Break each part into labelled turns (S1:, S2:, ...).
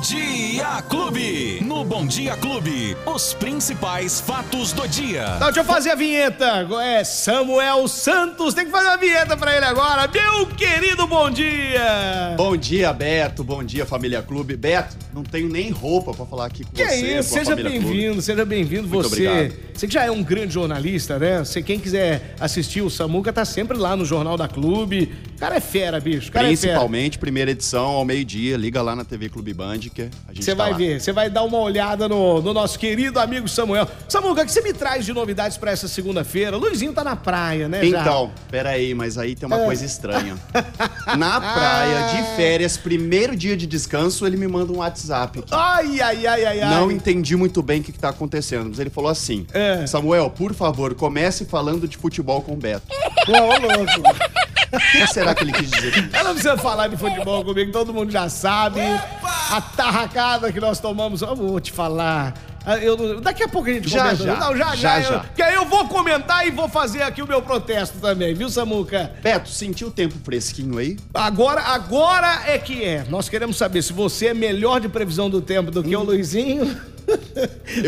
S1: Dia Clube. No Bom Dia Clube, os principais fatos do dia.
S2: Então, deixa eu fazer a vinheta. É Samuel Santos, tem que fazer a vinheta pra ele agora. Meu querido, bom dia.
S3: Bom dia, Beto. Bom dia, Família Clube. Beto, não tenho nem roupa pra falar aqui com
S2: Que
S3: você.
S2: é isso,
S3: com a
S2: seja
S3: Família
S2: bem-vindo, seja bem-vindo
S3: Muito
S2: você.
S3: obrigado.
S2: Você que já é um grande jornalista, né? Você, quem quiser assistir o Samuca, tá sempre lá no Jornal da Clube. O cara é fera, bicho. O cara é fera.
S3: Principalmente, primeira edição, ao meio-dia. Liga lá na TV Clube Band, que a gente
S2: Você
S3: tá
S2: vai
S3: lá.
S2: ver, né, você vai dar uma olhada no, no nosso querido amigo Samuel. Samuca, o que você me traz de novidades pra essa segunda-feira? Luizinho tá na praia, né? já? É.
S3: Então, peraí, mas aí tem uma coisa estranha. Na
S2: Ah.
S3: praia, de férias, primeiro dia de descanso, ele me manda um WhatsApp. aqui.
S2: Ai, ai, ai, ai, ai.
S3: Não entendi muito bem o que, que tá acontecendo, mas ele falou assim:
S2: É.
S3: Samuel, por favor, comece falando de futebol com o Beto.
S2: Pô, ô louco.
S3: O que será que ele quis dizer?
S2: Eu não precisa falar de futebol comigo, todo mundo já sabe. A tarracada que nós tomamos, eu vou te falar. Ah, eu não- daqui a pouco a gente
S3: Já,
S2: comenta.
S3: já.
S2: Não, já, já.
S3: Já,
S2: eu-
S3: já.
S2: Porque aí eu vou comentar e vou fazer aqui o meu protesto também, viu, Samuca?
S3: Beto, sentiu o tempo fresquinho aí?
S2: Agora, agora é que é. Nós queremos saber se você é melhor de previsão do tempo do que o Luizinho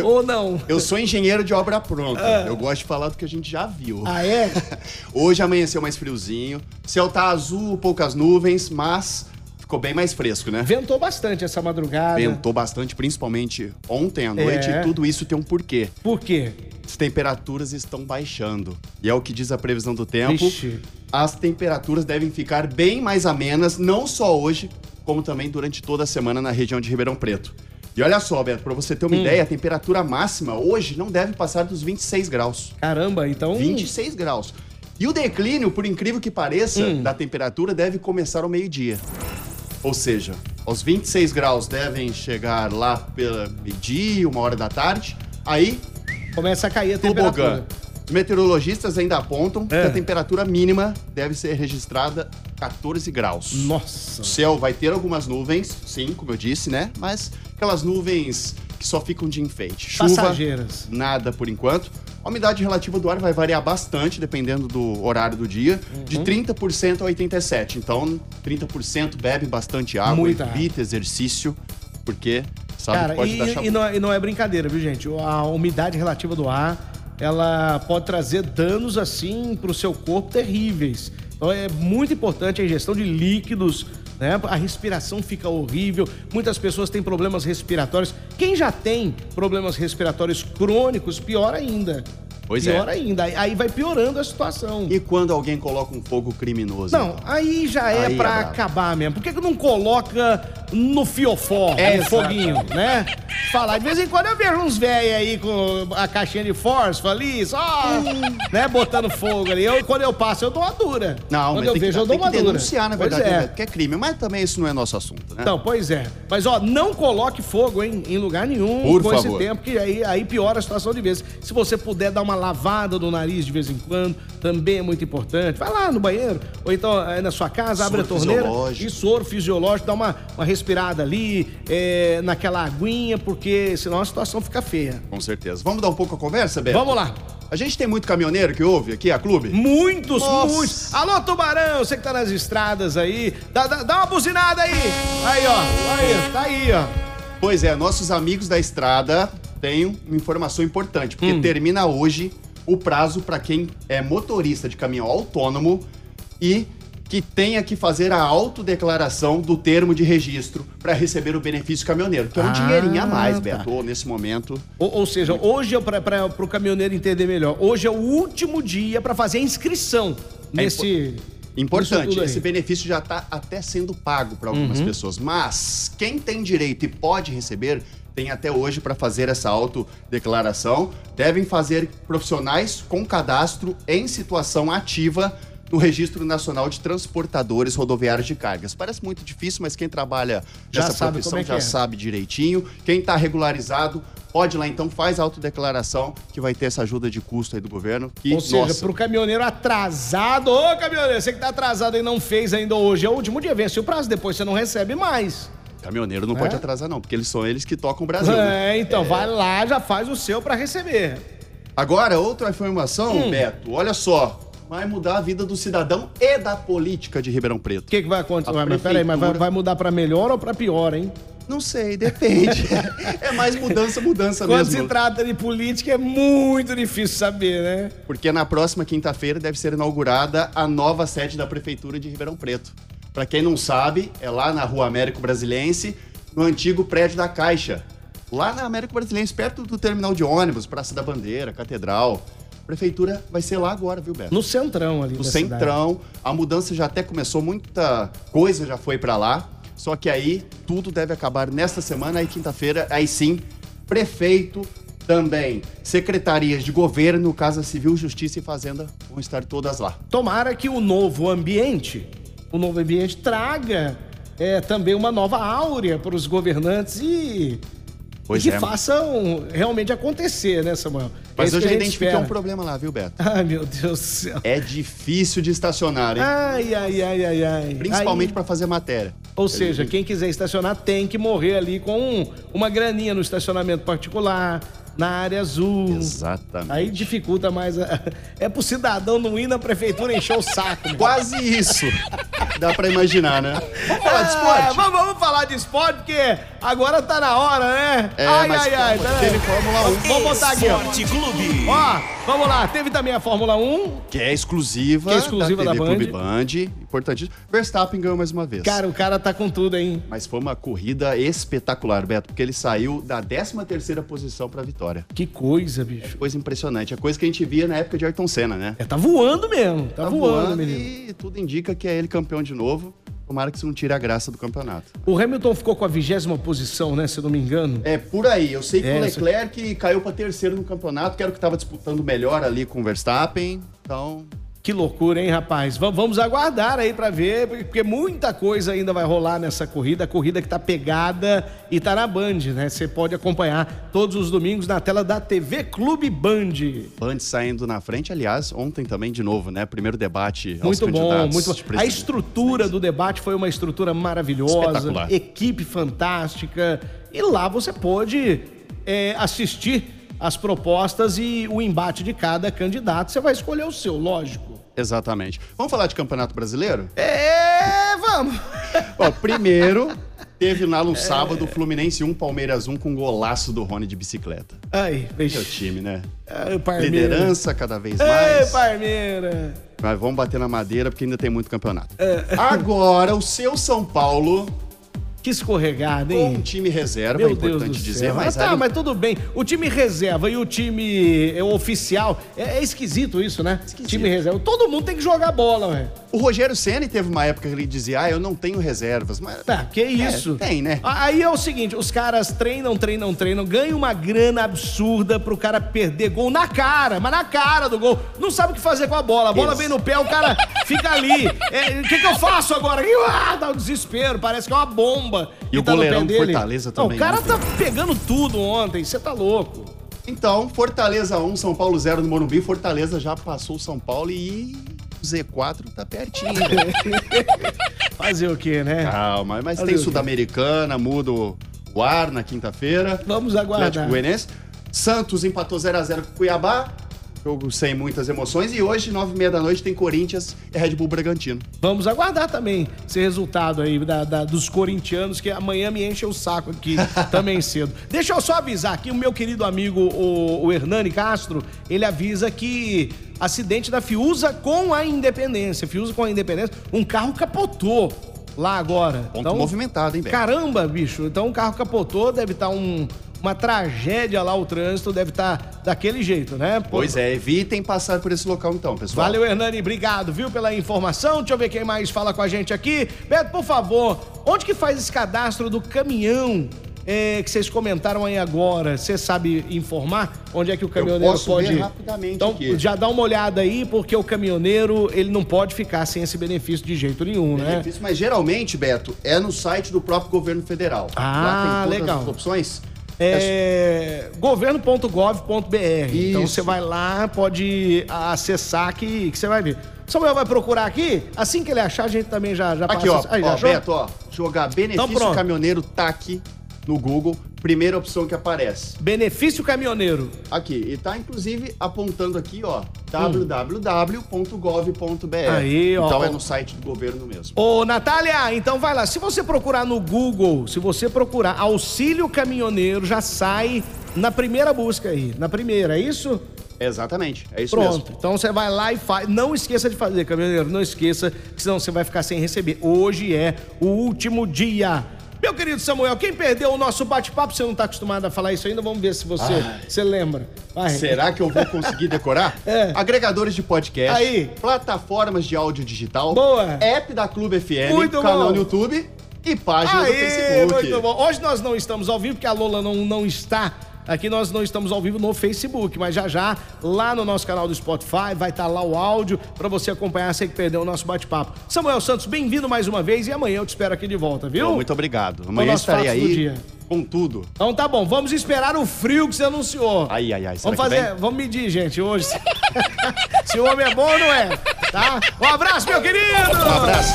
S2: ou não.
S3: Hum. Eu sou engenheiro de obra pronta.
S2: É.
S3: Eu gosto de falar do que a gente já viu.
S2: Ah, é?
S3: Hoje amanheceu mais friozinho. Céu tá azul, poucas nuvens, mas ficou bem mais fresco, né?
S2: Ventou bastante essa madrugada.
S3: Ventou bastante, principalmente ontem à noite,
S2: É.
S3: e tudo isso tem um porquê.
S2: Por quê?
S3: As temperaturas estão baixando. E é o que diz a previsão do tempo.
S2: Vixe.
S3: As temperaturas devem ficar bem mais amenas, não só hoje, como também durante toda a semana na região de Ribeirão Preto. E olha só, Beto, pra você
S2: Hum.
S3: ter uma ideia, a temperatura máxima hoje não deve passar dos 26 graus.
S2: Caramba, então.
S3: 26 graus. E o declínio, por incrível que pareça,
S2: Hum.
S3: da temperatura deve começar ao meio-dia. Ou seja, aos 26 graus devem chegar lá pela meio-dia, uma hora da tarde. Aí,
S2: Começa a cair a temperatura.
S3: tobogã. Os meteorologistas ainda apontam que
S2: É.
S3: a temperatura mínima deve ser registrada 14 graus.
S2: Nossa.
S3: O céu vai ter algumas nuvens, sim, como eu disse, né? Mas aquelas nuvens que só ficam de enfeite. Chuva,
S2: Passageiras.
S3: nada por enquanto. A umidade relativa do ar vai variar bastante dependendo do horário do dia, de
S2: Uhum.
S3: 30% a 87%. Então, 30% bebe bastante água,
S2: Muita
S3: evita exercício, porque sabe
S2: Cara,
S3: que pode
S2: e,
S3: dar chabu.
S2: e não, é- e não é brincadeira, viu, gente? A umidade relativa do ar, ela pode trazer danos, assim, pro seu corpo terríveis. Então é muito importante a ingestão de líquidos, né? A respiração fica horrível, muitas pessoas têm problemas respiratórios. Quem já tem problemas respiratórios crônicos, pior ainda.
S3: Pois é.
S2: pior ainda. Aí- Aí vai piorando a situação.
S3: E quando alguém coloca um fogo criminoso?
S2: Não,
S3: então?
S2: aí já é
S3: Aí é
S2: pra
S3: brabo.
S2: acabar mesmo. Por que, que não coloca no fiofó,
S3: É,
S2: no foguinho, né? Falar, de vez em quando eu vejo uns velhos aí com a caixinha de fósforo ali, só,
S3: Hum.
S2: né, botando fogo ali. Eu, quando eu passo, eu dou uma dura.
S3: Não,
S2: quando
S3: mas
S2: eu
S3: tem que,
S2: vejo, eu dou
S3: tem
S2: uma
S3: que
S2: dura.
S3: denunciar, na
S2: Pois
S3: verdade,
S2: é.
S3: né, que é crime. Mas também isso não é nosso assunto, né?
S2: Então, pois é. Mas, ó, não coloque fogo em, em lugar nenhum
S3: Por
S2: com esse
S3: favor.
S2: tempo, que aí, aí piora a situação de vez. Se você puder dar uma lavada no nariz de vez em quando, também é muito importante. Vai lá no banheiro, ou então é, na sua casa, abre a
S3: Soro
S2: torneira
S3: fisiológico.
S2: e soro fisiológico, dá uma, uma respirada ali, é, naquela aguinha, porque senão a situação fica feia.
S3: Com certeza. Vamos dar um pouco a conversa, Beto?
S2: Vamos lá.
S3: A gente tem muito caminhoneiro que ouve aqui, a clube?
S2: Muitos,
S3: Nossa.
S2: muitos. Alô, Tubarão, você que tá nas estradas aí, dá, dá, dá uma buzinada aí. Aí, ó, aí, tá aí, ó.
S3: Pois é, nossos amigos da estrada têm uma informação importante,
S2: Hum.
S3: porque termina hoje o prazo para quem é motorista de caminhão autônomo e que tenha que fazer a autodeclaração do termo de registro para receber o benefício caminhoneiro, que é um
S2: Ah,
S3: dinheirinho a mais,
S2: tá.
S3: Beto, nesse momento.
S2: Ou, ou seja, hoje é para o caminhoneiro entender melhor. Hoje é o último dia para fazer a inscrição
S3: É
S2: nesse. isso
S3: Importante,
S2: tudo aí. Uhum.
S3: esse benefício já está até sendo pago para algumas pessoas, mas quem tem direito e pode receber tem até hoje para fazer essa autodeclaração. Devem fazer profissionais com cadastro em situação ativa no Registro Nacional de Transportadores Rodoviários de Cargas. Parece muito difícil, mas quem trabalha
S2: Já
S3: nessa
S2: sabe como
S3: profissão
S2: é que
S3: já
S2: é.
S3: sabe direitinho. Quem está regularizado pode ir lá então faz a autodeclaração que vai ter essa ajuda de custo aí do governo. Que,
S2: Ou seja,
S3: nossa,
S2: para o caminhoneiro atrasado. Ô, caminhoneiro, você que tá atrasado e não fez ainda hoje. É o último dia, vence o prazo, depois você não recebe mais.
S3: Caminhoneiro não
S2: É?
S3: pode atrasar, não, porque eles são eles que tocam o Brasil. né?
S2: É, então, vai lá, já faz o seu para receber.
S3: Agora, outra informação,
S2: Hum.
S3: Beto, olha só. Vai mudar a vida do cidadão e da política de Ribeirão
S2: O
S3: Preto.
S2: que, que vai acontecer?
S3: A
S2: Mas, peraí, mas vai,
S3: prefeitura-
S2: vai mudar para melhor ou para pior, hein?
S3: Não sei, depende. é mais mudança, mudança
S2: Quando
S3: Tá mesmo.
S2: se trata de política, é muito difícil saber, né?
S3: Porque na próxima quinta-feira deve ser inaugurada a nova sede da Prefeitura de Ribeirão Preto. Para quem não sabe, é lá na Rua Américo Brasilense, no antigo prédio da Caixa. Lá na Américo Brasilense, perto do terminal de ônibus, Praça da Bandeira, Catedral. Prefeitura vai ser lá agora, viu, Beto?
S2: No centrão ali.
S3: no
S2: da
S3: centrão. A mudança já até começou, muita coisa já foi pra lá. Só que aí tudo deve acabar nesta semana aí quinta-feira, aí sim, prefeito também, secretarias de governo, Casa Civil, Justiça e Fazenda vão estar todas lá.
S2: Tomara que o novo ambiente, o novo ambiente traga é, também uma nova áurea para os governantes e,
S3: Pois
S2: e que
S3: é.
S2: façam realmente acontecer, né, Samuel?
S3: Mas
S2: isso
S3: eu
S2: que
S3: já
S2: a gente
S3: identifiquei
S2: espera.
S3: um problema lá, viu, Beto?
S2: Ai, meu Deus do céu.
S3: É difícil de estacionar, hein?
S2: Ai, ai, ai, ai, ai.
S3: Principalmente
S2: Ah, Aí-
S3: pra fazer matéria.
S2: Ou seja, quem quiser estacionar tem que morrer ali com um- uma graninha no estacionamento particular, na área azul.
S3: Exatamente.
S2: Aí dificulta mais. A... É pro cidadão não ir na prefeitura encher o saco. meu.
S3: Quase isso. Dá pra imaginar, né? Vamos falar de esporte?
S2: É, vamos, vamos falar de esporte, porque agora tá na hora, né?
S3: É,
S2: ai,
S3: mas
S2: ai, ai,
S3: calma,
S2: tá-
S3: teve Fórmula 1.
S2: Vamos botar aqui, ó.
S1: Esporte Clube.
S2: Ó, vamos lá. Teve também a Fórmula 1.
S3: Que é exclusiva,
S2: Que é exclusiva da
S3: TV Clube
S2: Band.
S3: Band. Importantíssimo. Verstappen ganhou mais uma vez.
S2: Cara, o cara tá com tudo, hein?
S3: Mas foi uma corrida espetacular, Beto, porque ele saiu da 13ª posição para vitória.
S2: Que coisa, bicho.
S3: Coisa impressionante. É coisa que a gente via na época de Ayrton Senna, né?
S2: É, tá voando mesmo. Tá, voando, menino.
S3: e tudo indica que é ele campeão de novo. Tomara que isso não tire a graça do campeonato.
S2: O Hamilton ficou com a vigésima posição, né? Se eu não me engano.
S3: É, por aí. Eu sei que
S2: É,
S3: o
S2: isso-
S3: Leclerc caiu para terceiro no campeonato, que era o que estava disputando melhor ali com o Verstappen. Então,
S2: Que loucura, hein, rapaz? Va- vamos aguardar aí pra ver, porque muita coisa ainda vai rolar nessa corrida, a corrida que tá pegada e tá na Band, né? Você pode acompanhar todos os domingos na tela da TV Clube Band.
S3: Band saindo na frente. Aliás, ontem também, de novo, né? Primeiro debate aos
S2: Muito bom,
S3: candidatos.
S2: muito bom.
S3: de
S2: A
S3: presidente.
S2: estrutura do debate foi uma estrutura maravilhosa,
S3: Espetacular.
S2: equipe fantástica. E lá você pôde é, assistir as propostas e o embate de cada candidato. Você vai escolher o seu, lógico.
S3: Exatamente. Vamos falar de Campeonato Brasileiro?
S2: É, vamos!
S3: Ó, primeiro, teve lá
S2: É.
S3: no sábado Fluminense 1, Palmeiras 1 com um golaço do Rony de bicicleta.
S2: Aí,
S3: Meu
S2: beijo.
S3: time, né?
S2: Ai, Parmeira.
S3: Liderança cada vez
S2: Ei,
S3: mais.
S2: Parmeira!
S3: Mas vamos bater na madeira porque ainda tem muito campeonato.
S2: É.
S3: Agora, o seu São Paulo
S2: Que escorregada,
S3: com um
S2: hein?
S3: time reserva, é
S2: Meu Deus do
S3: importante
S2: céu.
S3: dizer, mas
S2: mas tá,
S3: era-
S2: mas tudo bem. O time reserva e o time é, oficial. É, é esquisito isso, né? Time reserva. Todo mundo tem que jogar bola, ué.
S3: o Rogério Ceni teve uma época que ele dizia: "Ah, eu não tenho reservas", mas
S2: Tá, que isso?
S3: tem, né?
S2: A- Aí é o seguinte: os caras treinam, treinam, treinam, ganham uma grana absurda pro cara perder gol na cara, mas na cara do gol. Não sabe o que fazer com a bola. A bola
S3: Isso.
S2: vem no pé, o cara fica ali. É, O que, que eu faço agora? Ih, Ah, dá um desespero, parece que é uma bomba.
S3: E
S2: que
S3: o goleirão do Fortaleza
S2: Não,
S3: também né?
S2: o cara
S3: ontem.
S2: tá pegando tudo ontem, você tá louco.
S3: Então, Fortaleza 1, São Paulo 0 no Morumbi. Fortaleza já passou o São Paulo e o Z4 tá pertinho.
S2: É.
S3: né?
S2: Fazer o quê, né?
S3: Calma, mas
S2: Fazer
S3: tem
S2: o quê?
S3: Sul-Americana, muda o o ar na quinta-feira.
S2: Vamos
S3: Atlético
S2: aguardar.
S3: Goianiense. Santos empatou 0x0 com o Cuiabá. Jogo sem muitas emoções. E hoje, 9h30 da noite, tem Corinthians e Red Bull Bragantino.
S2: Vamos aguardar também esse resultado aí da- da- dos corintianos, que amanhã me enche o saco aqui também cedo. Deixa eu só avisar aqui, o meu querido amigo, o, o Hernani Castro, ele avisa que acidente da Fiuza com a Independência. Fiuza com a Independência, um carro capotou lá agora. Então,
S3: Ponto movimentado, hein, Beto?
S2: Caramba, bicho. Então o carro capotou, deve estar uma tragédia lá, o trânsito deve estar daquele jeito, né? Pô,
S3: Pois é, evitem passar por esse local então, pessoal.
S2: Valeu, Hernani. Obrigado, viu, pela informação. Deixa eu ver quem mais fala com a gente aqui. Beto, por favor, onde que faz esse cadastro do caminhão eh, que vocês comentaram aí agora? Você sabe informar onde é que o caminhoneiro
S3: posso
S2: pode...
S3: ver rapidamente
S2: então,
S3: aqui.
S2: já dá uma olhada aí, porque o caminhoneiro, ele não pode ficar sem esse benefício de jeito nenhum, né?
S3: benefício, É mas geralmente, Beto, é no site do próprio governo federal.
S2: Ah,
S3: Lá tem todas
S2: legal.
S3: as opções.
S2: É, governo.gov.br. Então
S3: Isso.
S2: você vai lá, pode acessar que, que você vai ver. Samuel vai procurar aqui, assim que ele achar, a gente também já, já
S3: Aqui, ó,
S2: Tá assim. Aí, já
S3: ó
S2: achou?
S3: Beto, ó, jogar benefício
S2: Então, pronto.
S3: caminhoneiro TAC no Google. Primeira opção que aparece.
S2: Benefício caminhoneiro.
S3: Aqui. E tá, inclusive, apontando aqui, ó, www.gov.br.
S2: Aí, ó.
S3: Então é no site do governo mesmo.
S2: Ô, Natália, então vai lá. Se você procurar no Google, se você procurar auxílio caminhoneiro, já sai na primeira busca aí. Na primeira, é isso?
S3: Exatamente. É isso
S2: Pronto.
S3: mesmo.
S2: Então você vai lá e faz. Não esqueça de fazer, caminhoneiro. Não esqueça, que senão você vai ficar sem receber. Hoje é o último dia. Meu querido Samuel, quem perdeu o nosso bate-papo, você não está acostumado a falar isso ainda, vamos ver se você,
S3: Ai.
S2: você lembra. Vai.
S3: Será que eu vou conseguir decorar?
S2: É.
S3: Agregadores de podcast,
S2: Aí.
S3: plataformas de áudio digital,
S2: Boa.
S3: app da Clube FM,
S2: Muito
S3: canal
S2: bom.
S3: no YouTube e página do
S2: Aê,
S3: Facebook.
S2: muito bom. Hoje nós não estamos ao vivo, porque a Lola não, não está. Aqui nós não estamos ao vivo no Facebook, mas já já, lá no nosso canal do Spotify, vai estar lá o áudio para você acompanhar sem que perdeu o nosso bate-papo. Samuel Santos, bem-vindo mais uma vez e amanhã eu te espero aqui de volta, viu?
S3: Então, muito obrigado. Amanhã
S2: nosso
S3: estarei
S2: fatos do
S3: aí
S2: dia.
S3: com tudo.
S2: Então tá bom, vamos esperar o frio que você anunciou.
S3: Ai, ai, ai,
S2: Vamos
S3: será que
S2: fazer,
S3: vem?
S2: vamos medir, gente, hoje. se o homem é bom ou não é, tá? Um abraço, meu querido!
S3: Um abraço.